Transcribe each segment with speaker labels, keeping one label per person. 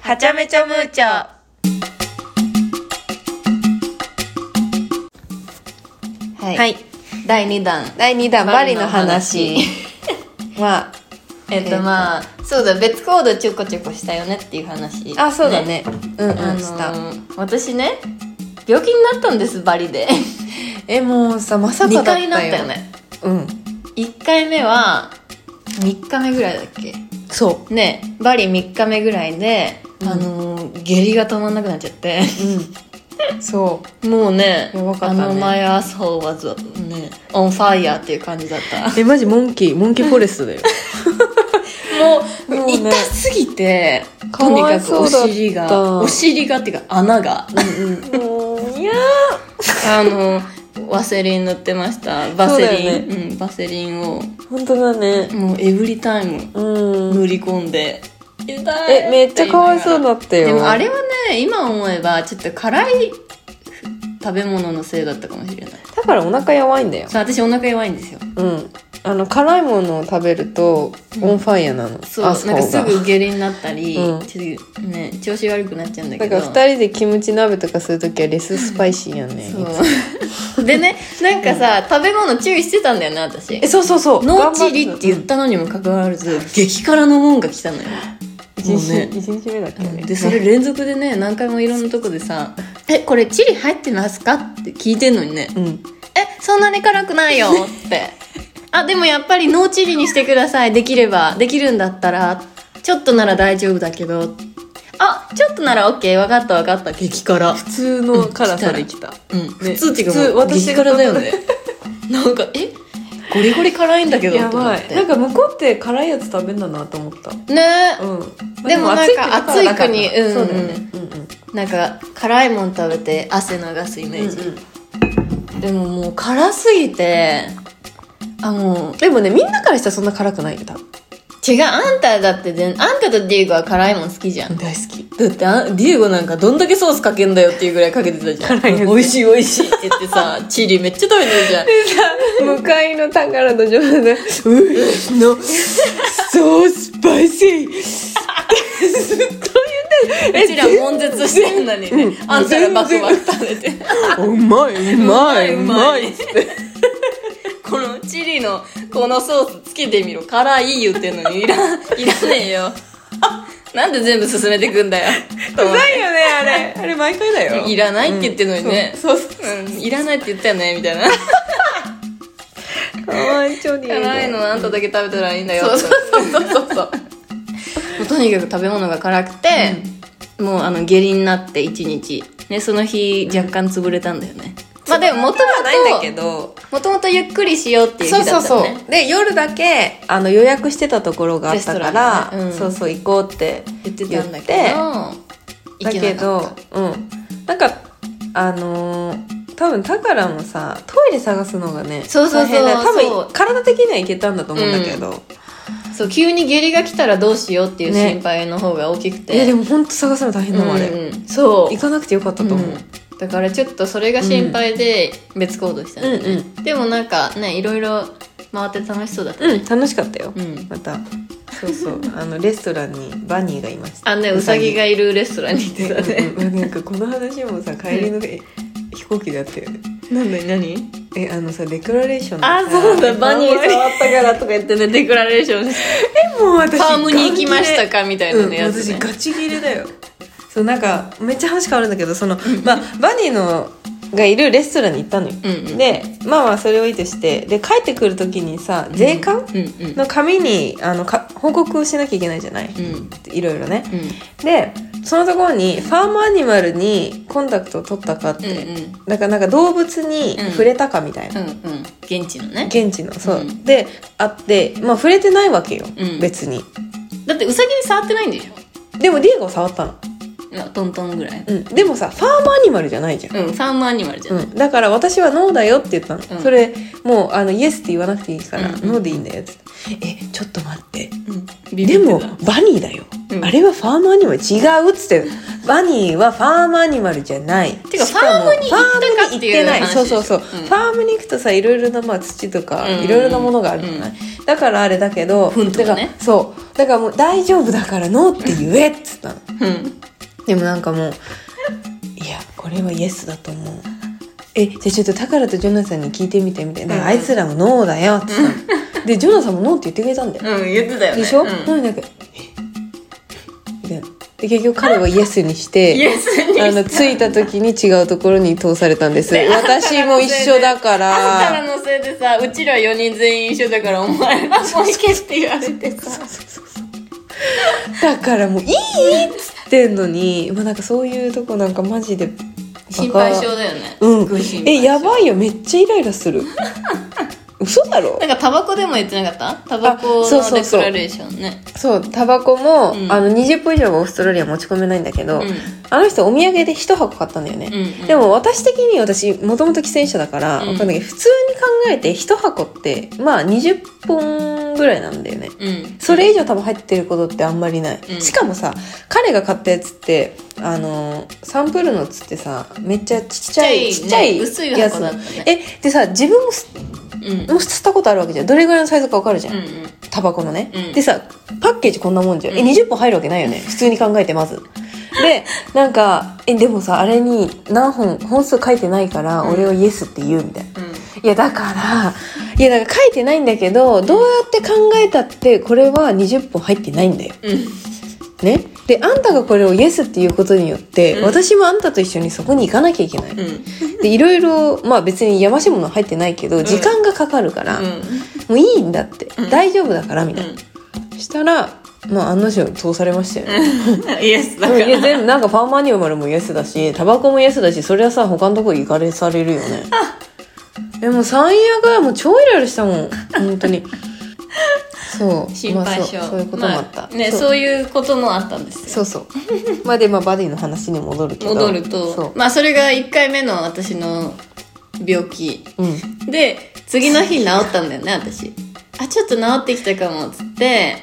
Speaker 1: はちゃめちゃムーチャ
Speaker 2: は
Speaker 1: ー
Speaker 2: い、
Speaker 1: はい
Speaker 2: 第2弾
Speaker 1: 第2弾バリの話
Speaker 2: バリ
Speaker 1: は
Speaker 2: えっとまあそうだ別行動ちょこちょこしたよねっていう話
Speaker 1: あそうだねうんうん、
Speaker 2: あの
Speaker 1: した
Speaker 2: ー私ね病気になったんですバリで
Speaker 1: えもうさまさか
Speaker 2: 2
Speaker 1: だったよ
Speaker 2: 回なったよね
Speaker 1: うん
Speaker 2: 1回目は3日目ぐらいだっけ
Speaker 1: そ
Speaker 2: ねバリ3日目ぐらいで、
Speaker 1: うん
Speaker 2: あのー下痢が止まんなくなっちゃって
Speaker 1: ううんそう
Speaker 2: もうね
Speaker 1: やばかった
Speaker 2: あ
Speaker 1: ね
Speaker 2: のマイアスホーはずねオンファイヤーっていう感じだった
Speaker 1: えマジモンキーモンキーフォレストだよ
Speaker 2: もう
Speaker 1: もうね
Speaker 2: 痛すぎて
Speaker 1: か
Speaker 2: とに
Speaker 1: わい
Speaker 2: か
Speaker 1: そ
Speaker 2: く
Speaker 1: うだ
Speaker 2: お
Speaker 1: った
Speaker 2: 尻がお尻がって いうか穴が
Speaker 1: うんうん
Speaker 2: もういやあのワセリン塗ってましたバセリ
Speaker 1: そう
Speaker 2: ンう、ん、バセリンを
Speaker 1: 本当だね
Speaker 2: もうエブリタイム
Speaker 1: うん
Speaker 2: 塗り込んで痛い
Speaker 1: えめっちゃかわいそうだったよ
Speaker 2: でもあれはね今思えばちょっと辛い食べ物のせいだったかもしれない
Speaker 1: だからお腹弱いんだよ
Speaker 2: そう私お腹弱いんですよ
Speaker 1: うんあの辛いものを食べると
Speaker 2: うん
Speaker 1: オンファイヤーなの、
Speaker 2: そう
Speaker 1: あ
Speaker 2: なん
Speaker 1: そ
Speaker 2: か
Speaker 1: こが
Speaker 2: すぐ下痢になったり、
Speaker 1: うん
Speaker 2: ちょっとね調子悪くなっちゃうんだ
Speaker 1: だ
Speaker 2: け
Speaker 1: か
Speaker 2: ど
Speaker 1: ら2人でキムチ鍋とかするときはレススパイシーやね
Speaker 2: そうでねなんかさ食べ物注意してたんだよね私
Speaker 1: えそうそうそう
Speaker 2: 脳チリって言ったのにもかかわらず激辛のもんが来たのよ
Speaker 1: 一
Speaker 2: もう
Speaker 1: 日
Speaker 2: ね
Speaker 1: 一日目だっけね
Speaker 2: でそれ連続でね何回もいろんなとこでさ「えこれチリ入ってますか?」って聞いてんのにね
Speaker 1: うん
Speaker 2: 「えそんなに辛くないよ」って「あでもやっぱりノーチリにしてくださいできればできるんだったらちょっとなら大丈夫だけど」あちょっとなら OK 分かった分かった激辛
Speaker 1: 普通の辛さできた
Speaker 2: うん、普通っていうか
Speaker 1: 普通
Speaker 2: もう
Speaker 1: 私
Speaker 2: 激
Speaker 1: が
Speaker 2: 辛だよね なんかえゴリゴリ辛いんだけど
Speaker 1: や
Speaker 2: と思
Speaker 1: ば
Speaker 2: っ
Speaker 1: い
Speaker 2: て
Speaker 1: なんか向こうって辛いやつ食べんだなと思った
Speaker 2: ね
Speaker 1: うん
Speaker 2: でもなんか暑い
Speaker 1: 暑
Speaker 2: 国
Speaker 1: ってことはだから
Speaker 2: うん
Speaker 1: そうだよねうんうん
Speaker 2: なんか辛いもん食べて汗流すイメージ、でももう辛すぎてあもう
Speaker 1: でもねみんなからしたらそんな辛くないよ多分
Speaker 2: 違うあんただって全あんたとディエゴは辛いもん好きじゃん
Speaker 1: 大好き
Speaker 2: だってあディエゴなんかどんだけソースかけんだよっていうぐらいかけてたじゃん
Speaker 1: 辛いやつ
Speaker 2: 美味しい美味しいって言ってさチリめっちゃ食べてる じゃん
Speaker 1: 向かいの宝の上手 で「うのそうスパイ シー」ずっと言って
Speaker 2: うちら悶絶してんのにね、
Speaker 1: うん
Speaker 2: あんたらバクバ
Speaker 1: 全
Speaker 2: ク食べて
Speaker 1: うまいうまいうまいっつって
Speaker 2: このチリのこのソースつけてみろ辛い言うてんのにい らんいらねえよなんで全部進めてくんだよと
Speaker 1: う
Speaker 2: 思っ
Speaker 1: ま
Speaker 2: て
Speaker 1: いよねあれあれ毎回だよ
Speaker 2: いらないって言ってんのにね、
Speaker 1: そうそう
Speaker 2: うん、いらないって言ったよねみたいな
Speaker 1: かわいそうに
Speaker 2: 辛いのあんただけ食べたらいいんだよ
Speaker 1: そうそう
Speaker 2: そうそう そうとにかく食べ物が辛くて、もうあの下痢になって1日ねその日若干潰れたんだよね、まあでももとも
Speaker 1: はないんだけ
Speaker 2: と
Speaker 1: ど
Speaker 2: もともとゆっくりしようっていう日
Speaker 1: そ
Speaker 2: だ
Speaker 1: う
Speaker 2: った
Speaker 1: そ
Speaker 2: よね
Speaker 1: うそうで夜だけあの予約してたところがあったから、
Speaker 2: レストランねうん
Speaker 1: そうそう行こうって
Speaker 2: 言ってたんだけど
Speaker 1: だ
Speaker 2: 行
Speaker 1: け
Speaker 2: なかっ
Speaker 1: どうんなんかあのー多分宝もさトイレ探すのがね
Speaker 2: そうそうそう
Speaker 1: 大変だ多
Speaker 2: そ
Speaker 1: 分
Speaker 2: う
Speaker 1: 体的には行けたんだと思うんだけど、
Speaker 2: たそう急に下痢が来たらどうしようっていう
Speaker 1: ね
Speaker 2: 心配の方が大きくて、
Speaker 1: えでも本当探すの大変だもん、あ
Speaker 2: うん
Speaker 1: れ
Speaker 2: うんそう
Speaker 1: 行かなくてよかったと思う、
Speaker 2: うんだからちょっとそれが心配で別行動したんだよね、
Speaker 1: うん
Speaker 2: でもなんかねいろいろ回って楽しそうだった
Speaker 1: うん、楽しかったよ、
Speaker 2: うん
Speaker 1: またそうそうあのレストランにバニーがいました
Speaker 2: あねうさぎがいるレストランに行ってたね
Speaker 1: うんうんなんかこの話もさ帰りのえ飛行機であったよね
Speaker 2: 何何何
Speaker 1: えあのさデクラレーションのさ
Speaker 2: あそうだバニー
Speaker 1: え
Speaker 2: 触ったからとか言ってねデクラレーションして
Speaker 1: もう私
Speaker 2: ファームに行きましたかみたいな
Speaker 1: うん、
Speaker 2: ねやつ
Speaker 1: 私
Speaker 2: ね
Speaker 1: ガチ切れだよそうなんかめっちゃ話変わるんだけどその、まあ、バニーのがいるレストランに行ったのよ、
Speaker 2: うんうん
Speaker 1: でまあまあそれをいいとしてで帰ってくる時にさ税関
Speaker 2: うんうん
Speaker 1: の紙にあのか報告をしなきゃいけないじゃない、
Speaker 2: うん
Speaker 1: いろいろね
Speaker 2: うん
Speaker 1: でそのところにファームアニマルにコンタクトを取ったかって、
Speaker 2: うんうん
Speaker 1: だからなんか動物に触れたかみたいな、
Speaker 2: うんうん現地のね
Speaker 1: 現地のそう、
Speaker 2: うん
Speaker 1: であってまあ触れてないわけよ、
Speaker 2: うん
Speaker 1: 別に
Speaker 2: だってウサギに触ってないんでしょ
Speaker 1: でもディエゴは触ったの
Speaker 2: いやトントンぐらい
Speaker 1: うん、でもさファームアニマルじゃないじゃん、
Speaker 2: うんファームアニマルじゃ、
Speaker 1: うんん、だから私はノーだよって言ったの、
Speaker 2: うん
Speaker 1: それもうあのイエスって言わなくていいから、
Speaker 2: うん
Speaker 1: ノーでいいんだよって言ってえちょっと待って
Speaker 2: うん、ビビ
Speaker 1: で
Speaker 2: ってた
Speaker 1: もバニーだよ、
Speaker 2: うん
Speaker 1: あれはファームアニマル違うっつってバニーはファームアニマルじゃない
Speaker 2: てか
Speaker 1: しも
Speaker 2: ファームに行ったかっていう
Speaker 1: ファームに行ってない
Speaker 2: 話
Speaker 1: そうそうそう、
Speaker 2: うん
Speaker 1: ファームに行くとさいろいろなまあ土とか
Speaker 2: うん
Speaker 1: いろいろなものがあるじゃない、だからあれだけど、
Speaker 2: ふんとかね
Speaker 1: だらそうだからもう大丈夫だからノーって言えっつったの
Speaker 2: うん
Speaker 1: でもなんかもういやこれはイエスだと思うえじゃあちょっとタカラとジョナサンに聞いてみてみたいな、
Speaker 2: うん
Speaker 1: あいつらもノーだよって言ったのでジョナサンもノーって言ってくれたんだよ、
Speaker 2: うん言ってたよね
Speaker 1: でしょ、
Speaker 2: うん
Speaker 1: なのになんかえみたいなで結局彼はイエスにし て
Speaker 2: イエスに
Speaker 1: あの着いた時に違うところに通されたんです私も一緒だ か
Speaker 2: あんたら
Speaker 1: ら
Speaker 2: のせいでさうちら4人全員一緒だからお前らも行けって言われてさ
Speaker 1: だからもういいっつってんのに、まあ、なんかそういうとこなんかマジでバカ
Speaker 2: 心配性だよね
Speaker 1: う
Speaker 2: すごい心
Speaker 1: ん
Speaker 2: 配
Speaker 1: え
Speaker 2: 性
Speaker 1: やばいよめっちゃイライラ する嘘だろ
Speaker 2: なんかタバコでも言ってなかったタバコ
Speaker 1: あそう
Speaker 2: の
Speaker 1: そう
Speaker 2: デ
Speaker 1: そ
Speaker 2: ク
Speaker 1: う
Speaker 2: ラレーションね
Speaker 1: そうタバコも、
Speaker 2: うん
Speaker 1: あの20本以上はオーストラリア持ち込めないんだけど、
Speaker 2: うん
Speaker 1: あの人お土産で1箱買ったんだよね、
Speaker 2: うんうん
Speaker 1: でも私的に私もともと喫煙者だから、
Speaker 2: うん
Speaker 1: わかんないけど普通に考えて1箱ってまあ20本ぐらいなんだよね
Speaker 2: うん
Speaker 1: それ以上多分入ってることってあんまりない、
Speaker 2: うん
Speaker 1: しかもさ彼が買ったやつってあのサンプルのっつってさめっちゃちっちゃい
Speaker 2: ち
Speaker 1: ち
Speaker 2: っ
Speaker 1: っ
Speaker 2: ち
Speaker 1: ち
Speaker 2: ゃ
Speaker 1: ゃ
Speaker 2: いね
Speaker 1: い
Speaker 2: 薄い
Speaker 1: や
Speaker 2: 箱
Speaker 1: つ
Speaker 2: だったね
Speaker 1: えでさ自分も吸
Speaker 2: うんうん
Speaker 1: もう吸ったことあるわけじゃんどれぐらいのサイズか分かるじゃん、
Speaker 2: うん
Speaker 1: タバコのね、
Speaker 2: うん
Speaker 1: でさパッケージこんなもんじゃん、
Speaker 2: うん
Speaker 1: え20本入るわけないよね普通に考えて まずでなんかえでもさあれに何本本数書いてないから
Speaker 2: うん
Speaker 1: 俺をイエスって言うみたいな、
Speaker 2: うん
Speaker 1: いやだからいやだから書いてないんだけどどうやって考えたってこれは20本入ってないんだよ
Speaker 2: うん
Speaker 1: ねであんたがこれをイエスっていうことによって、
Speaker 2: うん
Speaker 1: 私もあんたと一緒にそこに行かなきゃいけない、
Speaker 2: うん
Speaker 1: でいろいろまあ別にやましいものは入ってないけど時間がかかるから、
Speaker 2: うん
Speaker 1: もういいんだって、
Speaker 2: うん
Speaker 1: 大丈夫だからみたいな、
Speaker 2: う
Speaker 1: したら、まあ、案の定通されましたよね。
Speaker 2: んイエスだか
Speaker 1: でもいや
Speaker 2: ら
Speaker 1: 全部なんかファーマニウマルもイエスだしタバコもイエスだしそりゃさ他のとこ行かれされるよねでも最悪はもう超イライラしたもん本当にそう
Speaker 2: 心配性
Speaker 1: まあ、そうそういうこともあった、
Speaker 2: まね
Speaker 1: そう
Speaker 2: そういうこともあったんですよ
Speaker 1: そうそうまあでまあバディの話に戻るけど
Speaker 2: 戻る
Speaker 1: そ
Speaker 2: と
Speaker 1: う、
Speaker 2: まあそれが1回目の私の病気
Speaker 1: うん、
Speaker 2: で次の日治ったんだよね私あちょっと治ってきたかもっつって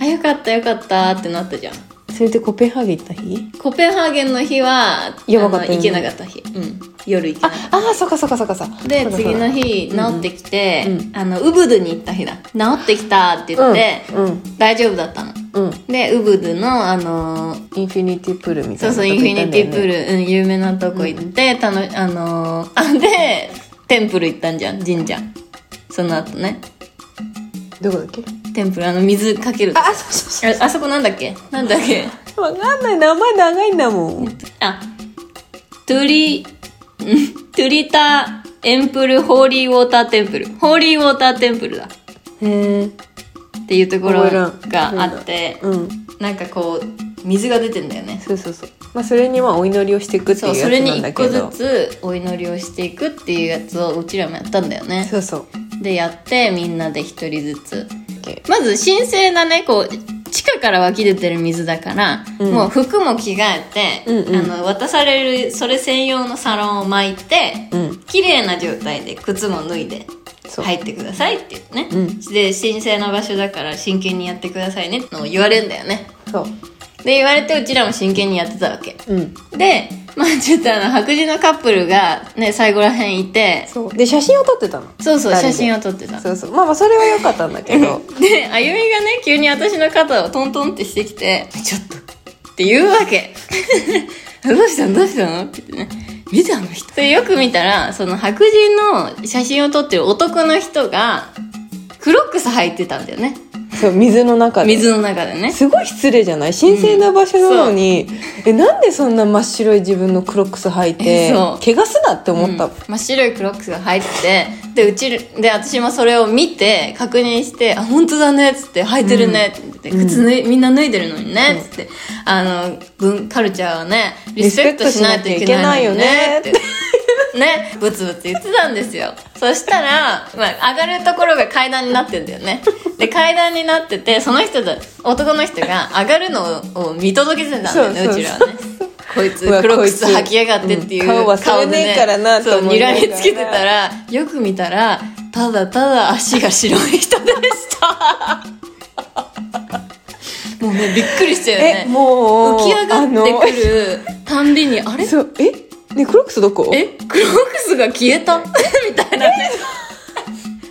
Speaker 2: あよかったよかったってなったじゃん
Speaker 1: それでコペンハーゲン行った日
Speaker 2: コペンハーゲンの日は
Speaker 1: やばかった
Speaker 2: あの行
Speaker 1: よね
Speaker 2: けなかった日、うん、夜行けな
Speaker 1: あ
Speaker 2: かっ
Speaker 1: あーそっかそっかそっかさ
Speaker 2: たで次の日治
Speaker 1: うんうん
Speaker 2: ってきて、
Speaker 1: うん
Speaker 2: あのウブドゥに行った日だ治ってきたって言って、
Speaker 1: うんうん
Speaker 2: 大丈夫だったの
Speaker 1: うん
Speaker 2: でウブドゥのあのー
Speaker 1: インフィニティプールみた
Speaker 2: そ
Speaker 1: いうな
Speaker 2: そ
Speaker 1: と
Speaker 2: う、イン
Speaker 1: こ行
Speaker 2: フ
Speaker 1: った
Speaker 2: ィニテ
Speaker 1: んだよね
Speaker 2: ィプール、うん、有名なとこ行って、たの、あのーあ、で、テンプル行ったんじゃん、神社。その後ね。
Speaker 1: どこだっけ
Speaker 2: テンプル、あの、水かける。あ、
Speaker 1: あそうそうそう
Speaker 2: あそこなんだっけなんだっけ
Speaker 1: わかんない名前長いんだもん。
Speaker 2: あ、トゥリ、んトゥリタエンプルホーリーウォーターテンプル。ホーリーウォーターテンプルだ。っ
Speaker 1: へえ。
Speaker 2: ていうところ
Speaker 1: 覚えらん
Speaker 2: があって、
Speaker 1: うん。
Speaker 2: なんかこう、水が出てんだよね。
Speaker 1: そうそうそう。まあそれにまあお祈りをしていくってい
Speaker 2: そうう、
Speaker 1: や
Speaker 2: そ
Speaker 1: つ
Speaker 2: れ
Speaker 1: な
Speaker 2: に
Speaker 1: ん
Speaker 2: 一
Speaker 1: だ
Speaker 2: 個
Speaker 1: け
Speaker 2: ず
Speaker 1: ど。
Speaker 2: つお祈りをしていくっていうやつをうちらもやったんだよね。
Speaker 1: そうそう。
Speaker 2: でやってみんなで一人ずつまず神聖なねこう地下から湧き出てる水だから、
Speaker 1: うん
Speaker 2: もう服も着替えて、
Speaker 1: うんうん
Speaker 2: あの渡されるそれ専用のサロンを巻いて
Speaker 1: うん。
Speaker 2: 綺麗な状態で靴も脱いで
Speaker 1: そう。
Speaker 2: 入ってくださいっていうね、
Speaker 1: うん
Speaker 2: で神聖な場所だから真剣にやってくださいねってのを言われるんだよね
Speaker 1: そう。
Speaker 2: で言われてうちらも真剣にやってたわけ
Speaker 1: うん。
Speaker 2: でまあちょっとあの白人のカップルがね最後らへんいて
Speaker 1: そう。で写真を撮ってたの。
Speaker 2: そうそう
Speaker 1: 二人
Speaker 2: 写
Speaker 1: で
Speaker 2: 真を撮ってた
Speaker 1: そうそう。まあまあそれは良かったんだけ ど。
Speaker 2: で、あゆみがね、急に私の肩をトントンってしてきて、ちょっと、って言うわけ。 どうしたのどうしたのって言ってね、見たの人。で、よく見たら、その白人の写真を撮ってる男の人が、クロックス履いてたんだよね。
Speaker 1: そう水の中で。
Speaker 2: 水の中でね。
Speaker 1: すごい失礼じゃない神聖な場所なのに、えなんでそんな真っ白い自分のクロックス履いて
Speaker 2: えそう
Speaker 1: 怪我すなって思った、
Speaker 2: うん真っ白いクロックスが入っててでうちで私もそれを見て確認して「あ本当だね」っつって「履いてるね」って言って、
Speaker 1: うん
Speaker 2: 靴脱いみんな脱いでるのにね
Speaker 1: うん
Speaker 2: っつって、あの文カルチャーはねリスペクトしないといけないのにねって。ね、ブツブツ言ってたんですよそしたら、まあ、上がるところが階段になってんだよねで階段になっててその人だ男の人が上がるのを見届けてたんだよね
Speaker 1: そううそ
Speaker 2: ち
Speaker 1: うそう
Speaker 2: らはねこいつ
Speaker 1: うわ
Speaker 2: クロックス
Speaker 1: こいつ
Speaker 2: 履きやがってっていう
Speaker 1: うん顔は
Speaker 2: で
Speaker 1: そうねえからな
Speaker 2: そ
Speaker 1: と
Speaker 2: う
Speaker 1: 思
Speaker 2: に
Speaker 1: いな
Speaker 2: ら
Speaker 1: がら
Speaker 2: みつけてたらよく見たらただただ足が白い人でした もうねびっくりしたよ
Speaker 1: え
Speaker 2: ね
Speaker 1: もう
Speaker 2: 浮き上が
Speaker 1: あの
Speaker 2: ってくるたんびにあれ
Speaker 1: そうえねクロックスどこ
Speaker 2: えクロックスが消えたみたいなね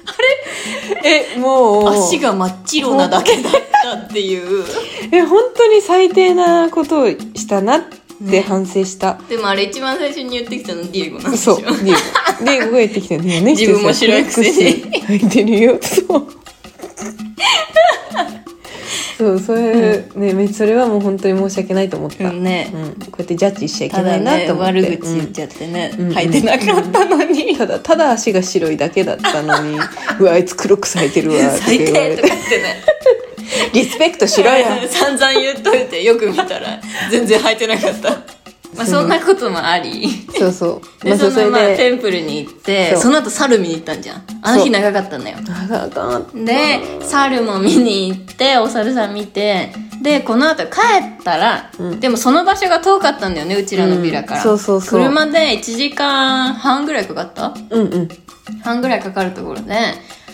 Speaker 2: あれ
Speaker 1: えもう
Speaker 2: 足が真っ白なだけだったっていう
Speaker 1: え本当に最低なことをしたなって
Speaker 2: ね
Speaker 1: 反省した、
Speaker 2: でもあれ一番最初に言ってきたのディエゴなんです
Speaker 1: そ
Speaker 2: よ
Speaker 1: うリーゴリーゴが言ってきたんだよね
Speaker 2: 自分も白いくせに
Speaker 1: 人生履いてるよそうそうそれ、ねめそれはもう本当に申し訳ないと思った、うん
Speaker 2: んね
Speaker 1: こうやってジャッジしちゃいけ
Speaker 2: た
Speaker 1: な
Speaker 2: だ
Speaker 1: いな
Speaker 2: ね
Speaker 1: と思って、
Speaker 2: 悪口言っ
Speaker 1: うん
Speaker 2: ちゃってね、
Speaker 1: うん
Speaker 2: 履いてなかったのに、
Speaker 1: ただただ足が白いだけだったの に「うわあいつ黒く咲いてるわ」 って
Speaker 2: 最
Speaker 1: 言われ
Speaker 2: 低
Speaker 1: て
Speaker 2: とか言ってね
Speaker 1: 「リスペクトしろよ」
Speaker 2: 散々言っといてよく見たら全然履いてなかったまあそんなこともあり
Speaker 1: そうそう、
Speaker 2: で、
Speaker 1: まあ、
Speaker 2: そ
Speaker 1: そ
Speaker 2: の
Speaker 1: うそ
Speaker 2: ま
Speaker 1: れ
Speaker 2: あ
Speaker 1: で
Speaker 2: テンプルに行って
Speaker 1: そう
Speaker 2: その後猿見に行ったんじゃんあの日長かったんだよ
Speaker 1: 「あかんあかん」
Speaker 2: で猿も見に行ってお猿さん見てでこの後帰ったら、
Speaker 1: うん
Speaker 2: でもその場所が遠かったんだよねうちらのビラから、
Speaker 1: うんそうそうそう
Speaker 2: 車で1時間半ぐらいかかった
Speaker 1: うんうん
Speaker 2: 半ぐらいかかるところでだ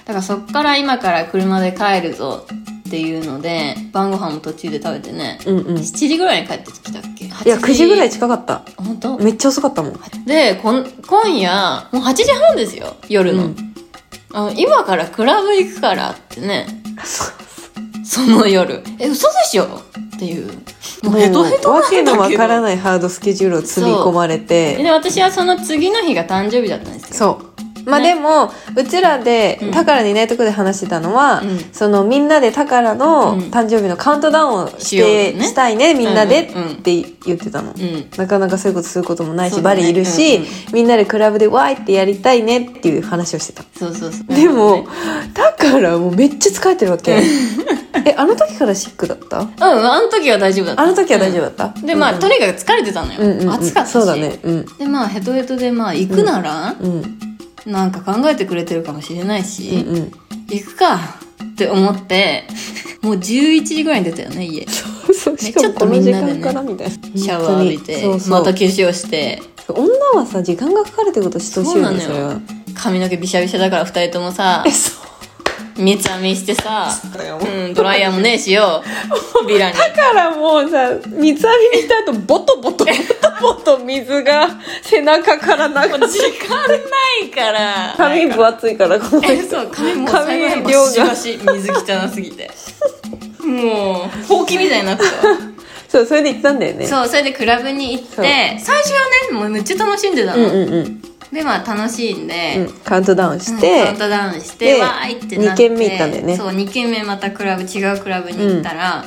Speaker 2: からそっから今から車で帰るぞっていうので晩ご飯も途中で食べてね、
Speaker 1: うんうん
Speaker 2: 7時ぐらいに帰ってきたっけい
Speaker 1: いや9時ぐらい近かった
Speaker 2: 本当
Speaker 1: めっちゃ遅かったもん
Speaker 2: でこん今夜もう8時半ですよ夜の,、
Speaker 1: うん
Speaker 2: あの今からクラブ行くからってねその夜え嘘でしょっていうもうヘトヘトなんだ
Speaker 1: わけ
Speaker 2: けど
Speaker 1: のわからないハードスケジュールを積み込まれて
Speaker 2: で私はその次の日が誕生日だったんですよ
Speaker 1: そうまあでも、うちらで
Speaker 2: うん
Speaker 1: 宝にいないとこで話してたのは、
Speaker 2: うん
Speaker 1: そのみんなで宝の
Speaker 2: うん
Speaker 1: 誕生日のカウントダウンをして
Speaker 2: しようね
Speaker 1: したいねみんなでっ
Speaker 2: うんうん
Speaker 1: て言ってたの、
Speaker 2: うん
Speaker 1: なかなかそういうことすることもないし、
Speaker 2: そうだ
Speaker 1: バ
Speaker 2: ね
Speaker 1: レいるし、
Speaker 2: うんうん
Speaker 1: みんなでクラブでわーいってやりたいねっていう話をしてた
Speaker 2: そうそうそう
Speaker 1: でも、だからもうめっちゃ疲れてるわけえあの時からシックだった
Speaker 2: うんあの時は大丈夫だった
Speaker 1: あの時は大丈夫だった、
Speaker 2: でまあ、と
Speaker 1: に
Speaker 2: にかく疲れてたのよ、暑かったし
Speaker 1: そうだねうん
Speaker 2: でまあヘトヘトでまあ行くなら、
Speaker 1: うん
Speaker 2: なんか考えてくれてるかもしれない
Speaker 1: うん
Speaker 2: し、
Speaker 1: うん
Speaker 2: 行くかって思って もう11時ぐらいに出たよね家
Speaker 1: そう
Speaker 2: ね
Speaker 1: しかもこの時間
Speaker 2: ちょっとみんな
Speaker 1: か
Speaker 2: でね
Speaker 1: らみたいな、
Speaker 2: シャワー浴びて
Speaker 1: そうそう
Speaker 2: また化粧して
Speaker 1: 女はさ時間がかかるってことしてほしいよね
Speaker 2: そ
Speaker 1: そう
Speaker 2: な
Speaker 1: れ
Speaker 2: の
Speaker 1: は
Speaker 2: 髪の毛びしゃびしゃだから2人とも さ
Speaker 1: えそう
Speaker 2: 三つ編みしてさ、
Speaker 1: だよ
Speaker 2: うん、ドライヤーもねえし よビラに
Speaker 1: だからもうさ三つ編み見た後ボトボトボトボ ト水が背中から流れ
Speaker 2: 時間ないから
Speaker 1: 髪分厚いからこの
Speaker 2: えそう髪もう
Speaker 1: 髪
Speaker 2: 最後の
Speaker 1: 量が
Speaker 2: バシバシ水汚すぎてもうほうきみたいになってたわ
Speaker 1: そうそれで行ったんだよね
Speaker 2: そうそれでクラブに行って
Speaker 1: そう
Speaker 2: 最初はねもうめっちゃ楽しんでた
Speaker 1: うん
Speaker 2: の、
Speaker 1: うんうん
Speaker 2: でまあ楽しいんで、
Speaker 1: うんカウントダウンし
Speaker 2: うん
Speaker 1: て
Speaker 2: カウントダウンして
Speaker 1: で
Speaker 2: わーいってなって
Speaker 1: 二軒目行ったんだよね
Speaker 2: そう2軒目またクラブ違うクラブに行ったら、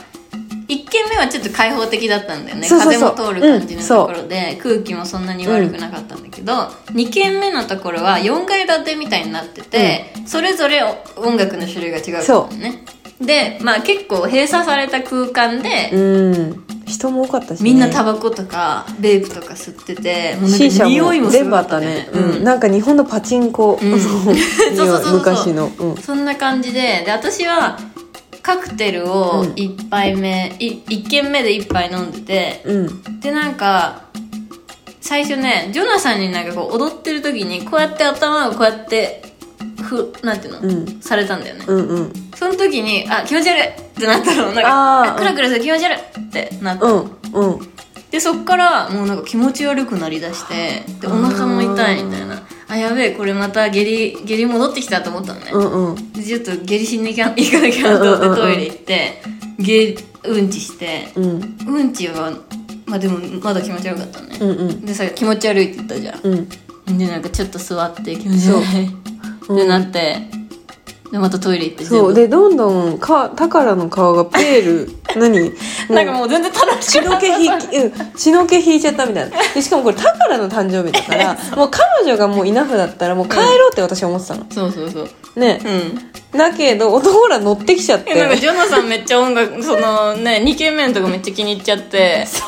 Speaker 2: 一1軒目はちょっと開放的だったんだよね
Speaker 1: そうそうそう
Speaker 2: 風も通る感じ
Speaker 1: う
Speaker 2: の
Speaker 1: んそう
Speaker 2: ところで、空気もそんなに悪くなかったんだけど、2軒目のところは4階建てみたいになってて、それぞれ音楽の種類が違うからねでまあ結構閉鎖された空間で、
Speaker 1: うん人も多かったしね、
Speaker 2: みんなタバコとかベープとか吸っててもうなん
Speaker 1: シーシ
Speaker 2: か
Speaker 1: ャ
Speaker 2: 匂い
Speaker 1: も
Speaker 2: もす
Speaker 1: 全
Speaker 2: ご
Speaker 1: 部あ
Speaker 2: か
Speaker 1: ったね、
Speaker 2: う
Speaker 1: うん
Speaker 2: ん、
Speaker 1: なんか日本のパチンコ、
Speaker 2: うん
Speaker 1: そう
Speaker 2: そうそうそう
Speaker 1: 昔の、うん、
Speaker 2: そんな感じでで私はカクテルを
Speaker 1: うん
Speaker 2: 1杯目、い1軒目で1杯飲んでて
Speaker 1: うん、
Speaker 2: でなんか最初ねジョナサンになんかこう踊ってる時にこうやって頭をこうやってふなんていうの、
Speaker 1: うん
Speaker 2: されたんだよね、
Speaker 1: うんうん
Speaker 2: その時にあ気持ち悪いってなったのなん
Speaker 1: あー
Speaker 2: かあクラクラする気持ち悪いってなって、
Speaker 1: うんうん
Speaker 2: でそっからもうなんか気持ち悪くなりだしてでお腹も痛いみたいなあやべえこれまた下痢下痢戻ってきたと思ったのね、
Speaker 1: うんうん
Speaker 2: でちょっと下痢しに行か行かなきゃなと思って
Speaker 1: うんうんうんうん
Speaker 2: トイレ行って下うんちして
Speaker 1: うん
Speaker 2: うんちはまあでもまだ気持ち悪かったね、
Speaker 1: うんうん
Speaker 2: でさ気持ち悪いって言ったじゃ
Speaker 1: うん
Speaker 2: んでなんかちょっと座って気持ち悪いってなってでまたトイレ行って
Speaker 1: そう
Speaker 2: 全
Speaker 1: でどんどんか宝の顔がペール 何も
Speaker 2: 部なんかもう全然楽し
Speaker 1: 血
Speaker 2: く
Speaker 1: の
Speaker 2: な
Speaker 1: 毛
Speaker 2: い
Speaker 1: 引い、うん、血の毛引いちゃったみたいなでしかもこれ宝の誕生日だから もう彼女がもういなくだったらもう帰ろうって私は思ってたの
Speaker 2: そうそうそう
Speaker 1: ね
Speaker 2: うん
Speaker 1: だけど男ら乗ってきちゃっ
Speaker 2: えなんかジ
Speaker 1: て
Speaker 2: ョナさんめっちゃ音楽そのね2軒目のとこめっちゃ気に入っちゃってそ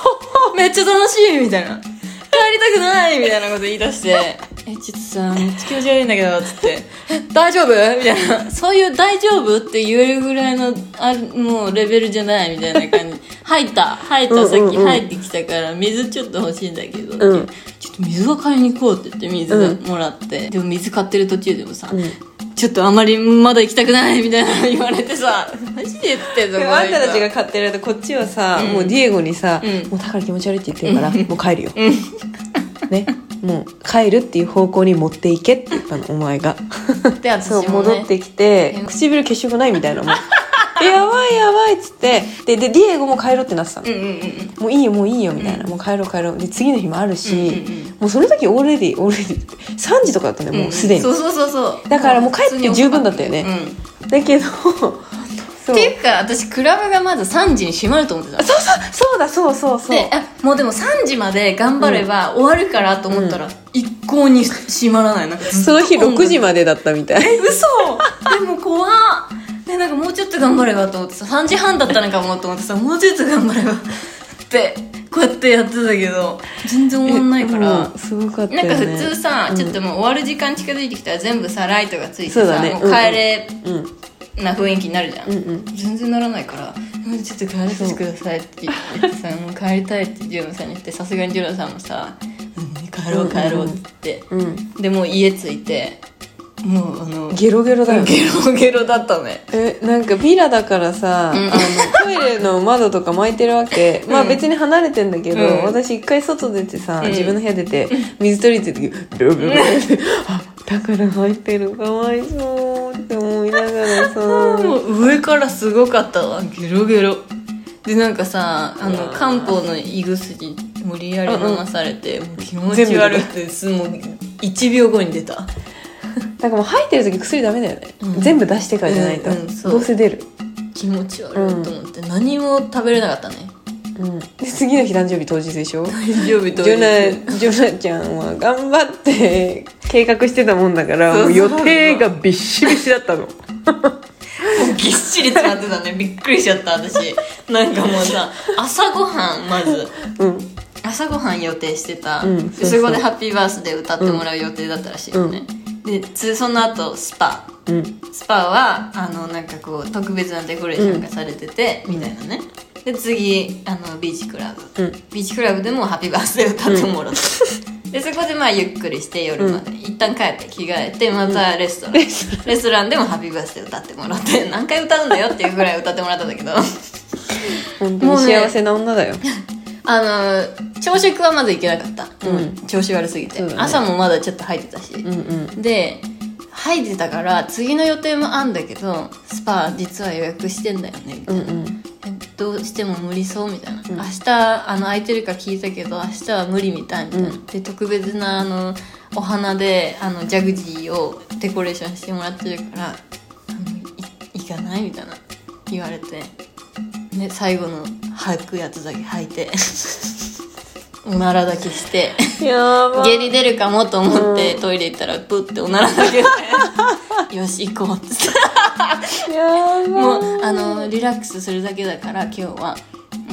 Speaker 2: うめっちゃ楽しいみたいな帰りたくないみたいなこと言い出して「えちょっとさめっちゃ気持ち悪いんだけど」っつって「え大丈夫?」みたいなそういう「大丈夫?」って言えるぐらいのあもうレベルじゃないみたいな感じ「入った入っ
Speaker 1: うんう
Speaker 2: た
Speaker 1: ん
Speaker 2: さっき
Speaker 1: うん
Speaker 2: 入ってきたから水ちょっと欲しいんだけど」
Speaker 1: うん
Speaker 2: ちょっと水は買いに行こうって言って水
Speaker 1: うん
Speaker 2: もらって、でも水買ってる途中でもさ、
Speaker 1: うん
Speaker 2: ちょっとあまりまだ行きたくないみたいな の言われてさ、マジで言ってんの
Speaker 1: で
Speaker 2: こ
Speaker 1: も
Speaker 2: の
Speaker 1: あん
Speaker 2: 人
Speaker 1: たたちが買ってる間こっちはさ、
Speaker 2: うん
Speaker 1: もうディエゴにさ、
Speaker 2: うん
Speaker 1: もうだから気持ち悪いって言ってるから、もう帰るよ、ねもう帰るっていう方向に持っていけって言ったのお前が
Speaker 2: で私も、
Speaker 1: そう
Speaker 2: ね、
Speaker 1: 戻ってきて
Speaker 2: うん
Speaker 1: 唇血色ないみたいなもん でやばいやばいっつってででディエゴも帰ろうってなってたの、
Speaker 2: うんうんうん
Speaker 1: もういいよもういいよみたいな、もう帰ろう帰ろうで次の日もあるし、
Speaker 2: うんうんうん
Speaker 1: もうその時オーレディーオーレディーって3時とかだったねもうすでに、
Speaker 2: そうそうそうそう
Speaker 1: だからもう帰って十分だったよね
Speaker 2: うん
Speaker 1: だけどそう
Speaker 2: っていうか私クラブがまず3時に閉まると思ってた
Speaker 1: そうそうそうだそうそうそう
Speaker 2: であもうでも3時まで頑張れば終わるからと思ったら、一向に閉まらないなんかずっと
Speaker 1: その日6時までだったみたい
Speaker 2: え嘘でも怖っでなんかもうちょっと頑張ればと思ってさ3時半だったのかもと思ってさもうちょっと頑張ればってこうやってやってたけど全然終わんないから、
Speaker 1: うんすごかったよ
Speaker 2: なん
Speaker 1: ね
Speaker 2: か普通さ、
Speaker 1: うん
Speaker 2: ちょっともう終わる時間近づいてきたら全部さライトがついて
Speaker 1: そう
Speaker 2: さ、
Speaker 1: だね
Speaker 2: もう帰れ
Speaker 1: うんうん
Speaker 2: な雰囲気になるじゃん、
Speaker 1: うん
Speaker 2: 全然ならないから「もうちょっと帰らせてください」って言ってさ「もう帰りたい」ってジュノさんに言ってさすがにジュノさんもさ「うん帰ろう帰ろう」って言って、
Speaker 1: うん
Speaker 2: でもう家着いてもうあの
Speaker 1: ゲロゲロだよね
Speaker 2: ゲロゲロだったね
Speaker 1: えなんかビラだからさ、
Speaker 2: うん
Speaker 1: あのトイレの窓とか巻いてるわけ、まあ
Speaker 2: うん
Speaker 1: 別に離れてんだけど、
Speaker 2: うん
Speaker 1: 私一回外出てさ、
Speaker 2: うん
Speaker 1: 自分の部屋出て水取りに行ってた時ブルブルブルってあだから入ってるかわいそうって思いながらさ
Speaker 2: もう上からすごかったわゲロゲロでなんかさあの漢方の胃薬無理やり飲まされて、もう気持ち悪くてすもう1秒後に出た
Speaker 1: だからもう入ってる時薬ダメだよね、
Speaker 2: うん
Speaker 1: 全部出してからじゃないと、
Speaker 2: うんうんそう
Speaker 1: どうせ出る、
Speaker 2: 気持ち悪いと思って、何も食べれなかったね
Speaker 1: うん、で次の日誕生日当日でしょ
Speaker 2: 大丈夫
Speaker 1: ジ
Speaker 2: と
Speaker 1: ョナジョナちゃんは頑張って計画してたもんだからもう予定がびっしびしだったの。
Speaker 2: ぎっしり詰まってたねびっくりしちゃった私なんかもうさ朝ごはんまず
Speaker 1: うん
Speaker 2: 朝ごはん予定してた、
Speaker 1: うん
Speaker 2: で
Speaker 1: そうそう
Speaker 2: そこで「ハッピーバースデー」歌ってもらう予定だったらしいよね、でつその後スパ
Speaker 1: うん
Speaker 2: スパはあのなんかこう特別なデコレーションがされてて、みたいなねで次あのビーチクラブ、
Speaker 1: うん
Speaker 2: ビーチクラブでも「ハッピーバースデー」歌ってもらって、 でそこでまあゆっくりして夜まで、一旦帰って着替えてまたレストラン、レストランでも「ハッピーバースデー」歌ってもら って何回歌うんだよっていうぐらい歌ってもらったんだけど
Speaker 1: 本当に幸せな女だよ。
Speaker 2: あの朝食はまず行けなかった、もう
Speaker 1: うん
Speaker 2: 調子悪すぎて、
Speaker 1: そうだね
Speaker 2: 朝もまだちょっと入ってたし、
Speaker 1: うんうん
Speaker 2: で入ってたから次の予定もあんだけどスパ実は予約してんだよねみた
Speaker 1: う
Speaker 2: い
Speaker 1: ん
Speaker 2: な、
Speaker 1: うん
Speaker 2: えどうしても無理そうみたいな、
Speaker 1: ん
Speaker 2: 明日あの空いてるか聞いたけど明日は無理みたいみたいな、
Speaker 1: うん
Speaker 2: で特別なあのお花であのジャグジーをデコレーションしてもらってるからあのい行かないみたいな言われて、ね、最後の吐くやつだけ吐いて おならだけして。
Speaker 1: やば
Speaker 2: 下痢出るかもと思ってトイレ行ったらプッておならだけでよし行こうっつって
Speaker 1: やば
Speaker 2: もうあのリラックスするだけだから今日は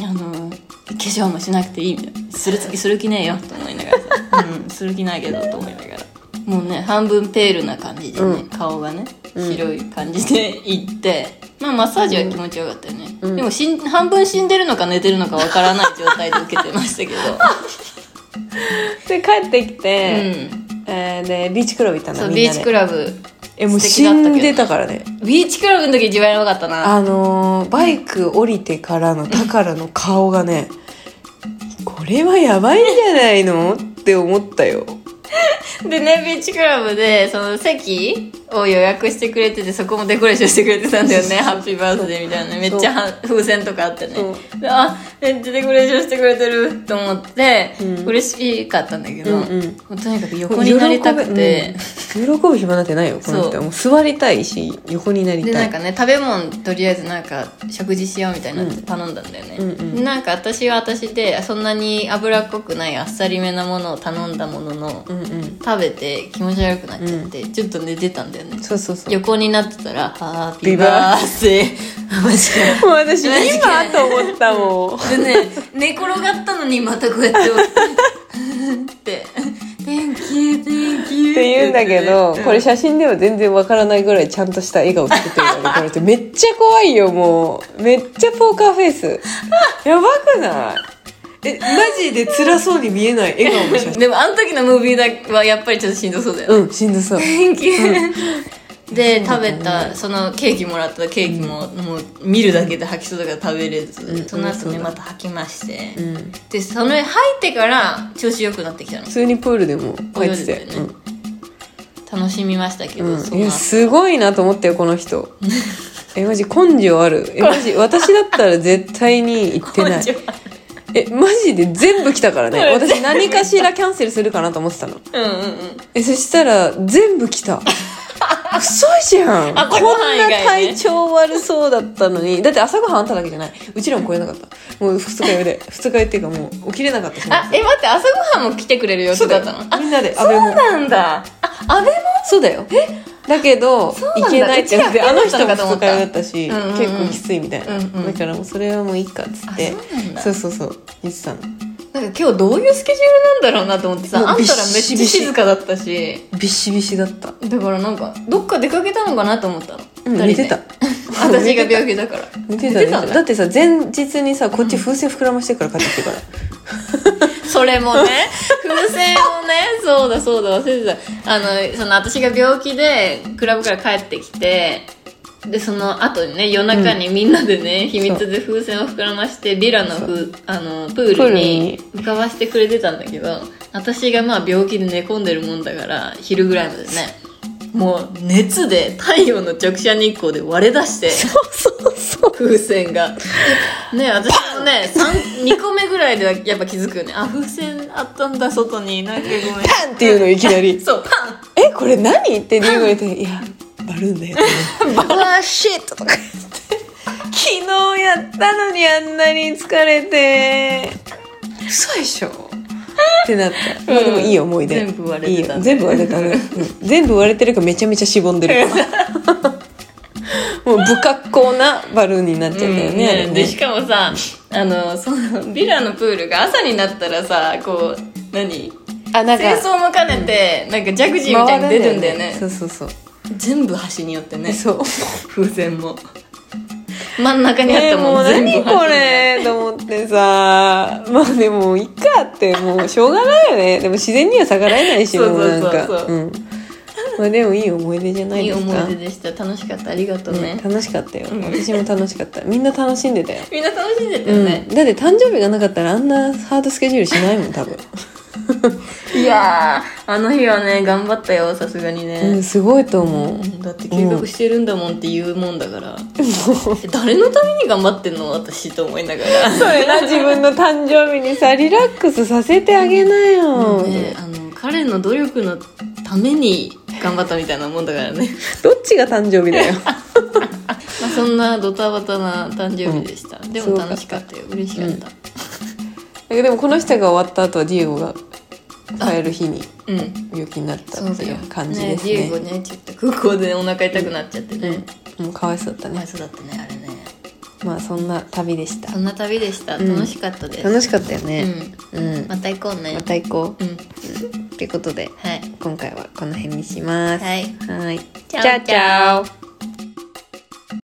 Speaker 2: あの化粧もしなくていいみたいなする気する気ねえよと思いながらさ、うん、する気ないけどと思いながらもうね半分ペールな感じでね、
Speaker 1: うん
Speaker 2: 顔がね
Speaker 1: うん
Speaker 2: 白い感じで行って、まあマッサージは気持ちよかったよね、
Speaker 1: うん
Speaker 2: でもしん半分死んでるのか寝てるのかわからない状態で受けてましたけ ど、
Speaker 1: で帰ってきて、
Speaker 2: うん、
Speaker 1: えーでビーチクラブ行ったんだ
Speaker 2: そう
Speaker 1: みん
Speaker 2: ビー
Speaker 1: な
Speaker 2: チ
Speaker 1: で
Speaker 2: クラブ
Speaker 1: えもう
Speaker 2: 素敵
Speaker 1: 死
Speaker 2: だったけど
Speaker 1: んでたからね
Speaker 2: ビーチクラブの時一番やばかったな。
Speaker 1: あのーバイク降りてからのタカラの顔がねこれはやばいんじゃないのって思ったよ
Speaker 2: でね、ビーチクラブで、その席を予約してくれてて、そこもデコレーションしてくれてたんだよね。ハッピーバースデーみたいなね。めっちゃは風船とかあってね
Speaker 1: そ。
Speaker 2: であ、めっちゃデコレーションしてくれてると思って、
Speaker 1: うん
Speaker 2: 嬉しかったんだけど、
Speaker 1: うんうん
Speaker 2: もうとにかく横になりたくて。
Speaker 1: 喜ぶ,、うん喜ぶ暇なんてないよこの人
Speaker 2: そう
Speaker 1: はもう座りたいし横になりたい
Speaker 2: でなんかね食べ物とりあえずなんか食事しようみたいになって頼んだんだよね、
Speaker 1: うんうんうん
Speaker 2: なんか私は私でそんなに脂っこくないあっさりめなものを頼んだものの、
Speaker 1: うんうん
Speaker 2: 食べて気持ち悪くなっちゃって、ちょっと寝てたんだよね
Speaker 1: そうそうそう
Speaker 2: 横になってたら「ハッピーバースデー」マジ
Speaker 1: もう私今と思ったもん
Speaker 2: かでね寝転がったのにまたこうやって起きて「Thank you thank you」
Speaker 1: っ
Speaker 2: って
Speaker 1: 言うんだけど、これ
Speaker 2: し
Speaker 1: 写真では全然わからないぐらいちゃんとした笑顔作って るから、この人めっちゃ怖いよ、もう。めっちゃポーカーフェイス。やばくないえ、マジで辛そうに見えない笑顔の写真。
Speaker 2: でもあの時のムービーだはやっぱりちょっとしんどそうだよね、
Speaker 1: うん、しんどそう。
Speaker 2: Thank you、で食べたそのケーキもらったケーキも、もう見るだけで吐きそうだから食べれず、
Speaker 1: うん
Speaker 2: その後
Speaker 1: そう
Speaker 2: ね
Speaker 1: だ
Speaker 2: また吐きまして、
Speaker 1: うん
Speaker 2: でその吐いてから調子良くなってきたの
Speaker 1: 普通にプールでも帰ってた
Speaker 2: 泳い
Speaker 1: よ
Speaker 2: でたよね楽しみましたけど、
Speaker 1: うん
Speaker 2: そ
Speaker 1: うん、い
Speaker 2: の
Speaker 1: やすごいなと思ったよこの人 えマジ根性あるえマジ私だったら絶対に行ってない
Speaker 2: 根性あ
Speaker 1: えマジで全部来たから ね
Speaker 2: うん
Speaker 1: 私何かしらキャンセルするかなと思ってたの
Speaker 2: るうんうんうん
Speaker 1: えそしたら全部 来た嘘じゃん
Speaker 2: 朝ご
Speaker 1: こ
Speaker 2: はん
Speaker 1: ん
Speaker 2: 以
Speaker 1: な
Speaker 2: 外ね
Speaker 1: 体調悪そうだったのにだって朝ごはんあんただけじゃないうちらも来れなかったもう二日酔いで二日酔いっていうかもう起きれなかったその
Speaker 2: あえ待って朝ごはんも来てくれる予
Speaker 1: そ
Speaker 2: 定
Speaker 1: う
Speaker 2: だ
Speaker 1: だ
Speaker 2: っ
Speaker 1: よ
Speaker 2: たのあ
Speaker 1: みんなで
Speaker 2: そう
Speaker 1: 安倍も
Speaker 2: なんだあ安倍も
Speaker 1: そうだよだけど
Speaker 2: うなんだ
Speaker 1: 行けないってなって
Speaker 2: うち
Speaker 1: あ
Speaker 2: ら
Speaker 1: の
Speaker 2: 行けなかった
Speaker 1: 人
Speaker 2: の
Speaker 1: も
Speaker 2: かと思った
Speaker 1: 二日酔いだったし、
Speaker 2: うんうんうん
Speaker 1: 結構きついみたいな、
Speaker 2: うんうん
Speaker 1: だからもうそれはもういいかっつって
Speaker 2: あそうなんだ
Speaker 1: そうそうそう言ってたの
Speaker 2: なんか今日どういうスケジュールなんだろうなと思ってさ
Speaker 1: もう
Speaker 2: あんたらめっちゃ
Speaker 1: びっしびし
Speaker 2: 静かだったし
Speaker 1: ビシビシだった、
Speaker 2: だからなんかどっか出かけたのかなと思ったの、
Speaker 1: うん、
Speaker 2: 二人で
Speaker 1: 寝てた
Speaker 2: 私が病気だから
Speaker 1: 寝てた
Speaker 2: 寝て
Speaker 1: 寝て
Speaker 2: た
Speaker 1: た
Speaker 2: んだ
Speaker 1: だってさ前日にさこっち風船膨らましてから帰ってきてから
Speaker 2: それもね風船をね そうだそうだ忘れてたあのその私が病気でクラブから帰ってきてでその後にね夜中にみんなでね、秘密で風船を膨らましてビラのふあのプー
Speaker 1: プー
Speaker 2: ル
Speaker 1: ル
Speaker 2: に
Speaker 1: に
Speaker 2: 浮かばしてくれてたんだけど私がまあ病気で寝込んでるもんだから昼ぐらいまでねもう熱で太陽の直射日光で割れ出して
Speaker 1: そうそう
Speaker 2: 風船がね私もね2個目ぐらいではやっぱ気づくよねあ風船あったんだ外になんかごめん
Speaker 1: パンっていうのいきなり
Speaker 2: そうパ
Speaker 1: 「えこれ何?」ってリンゴ言って「い やバルーンだよ」
Speaker 2: ンバラシットとか
Speaker 1: 昨日やったのにあんなに疲れて嘘でしょってなった、まあでもいい思い出
Speaker 2: 全部割れてた
Speaker 1: いいよ全部割れたね、うん全部割れてるかめちゃめちゃしぼんでるもう不格好なバルーンになっちゃったよね,あれね、
Speaker 2: でしかもさあのそのビラのプールが朝になったらさこう何
Speaker 1: あなんか
Speaker 2: 清掃も兼ねて、なんかジャグジーみたいに出るんだよね
Speaker 1: そうそうそう
Speaker 2: 全部端によってね
Speaker 1: そう
Speaker 2: 風船も真ん中にあっ
Speaker 1: え
Speaker 2: た
Speaker 1: ーも
Speaker 2: も、
Speaker 1: うん
Speaker 2: 全部
Speaker 1: 何
Speaker 2: 端に
Speaker 1: これと思ってさまあでもいっかってもうしょうがないよね でも自然には逆らえないし
Speaker 2: そう
Speaker 1: も
Speaker 2: そうそうん
Speaker 1: うな
Speaker 2: そう
Speaker 1: かうんまあでもいい思い出じゃない
Speaker 2: いい
Speaker 1: です
Speaker 2: 思
Speaker 1: か
Speaker 2: い出でした楽しかったありがとう
Speaker 1: ね
Speaker 2: ね
Speaker 1: 楽しかったよ
Speaker 2: うん
Speaker 1: 私も楽しかったみんな楽しんでたよ
Speaker 2: みんな楽しんでた
Speaker 1: う
Speaker 2: よ
Speaker 1: ん、
Speaker 2: ね、
Speaker 1: だって誕生日がなかったらあんなハードスケジュールしないもん多分、
Speaker 2: いやーあの日はね頑張ったよさすがに
Speaker 1: う
Speaker 2: ね
Speaker 1: ん、、すごいと思う
Speaker 2: だって計画してるんだもんって言うもんだから、え誰のために頑張ってんの私と思いながら
Speaker 1: それな自分の誕生日にさリラックスさせてあげなよ、
Speaker 2: ねあの彼の努力のために頑張ったみたいなもんだから ね
Speaker 1: どっちが誕生日だよ
Speaker 2: まあそんなドタバタな誕生日でした、でも楽しかったよ嬉しかった
Speaker 1: だけどでもこの人が終わった後はディエゴが帰る日に
Speaker 2: うん、
Speaker 1: 病気になった
Speaker 2: そう
Speaker 1: って
Speaker 2: だ
Speaker 1: い
Speaker 2: よ
Speaker 1: う感じです
Speaker 2: ねディエ
Speaker 1: ね
Speaker 2: ゴねちょっと空港でお腹痛くなっちゃってね、
Speaker 1: うん、もうかわいそうだった
Speaker 2: かわい
Speaker 1: ね
Speaker 2: そうだったねあれね
Speaker 1: まあそんな旅でした
Speaker 2: そんな旅でした
Speaker 1: うん
Speaker 2: 楽しかったです、
Speaker 1: 楽しかったよねうん、
Speaker 2: うん、また行こうね
Speaker 1: また行こ
Speaker 2: うん
Speaker 1: うってことで
Speaker 2: はい
Speaker 1: 今回はこの辺にします
Speaker 2: はい
Speaker 1: はい
Speaker 2: チャオチャオ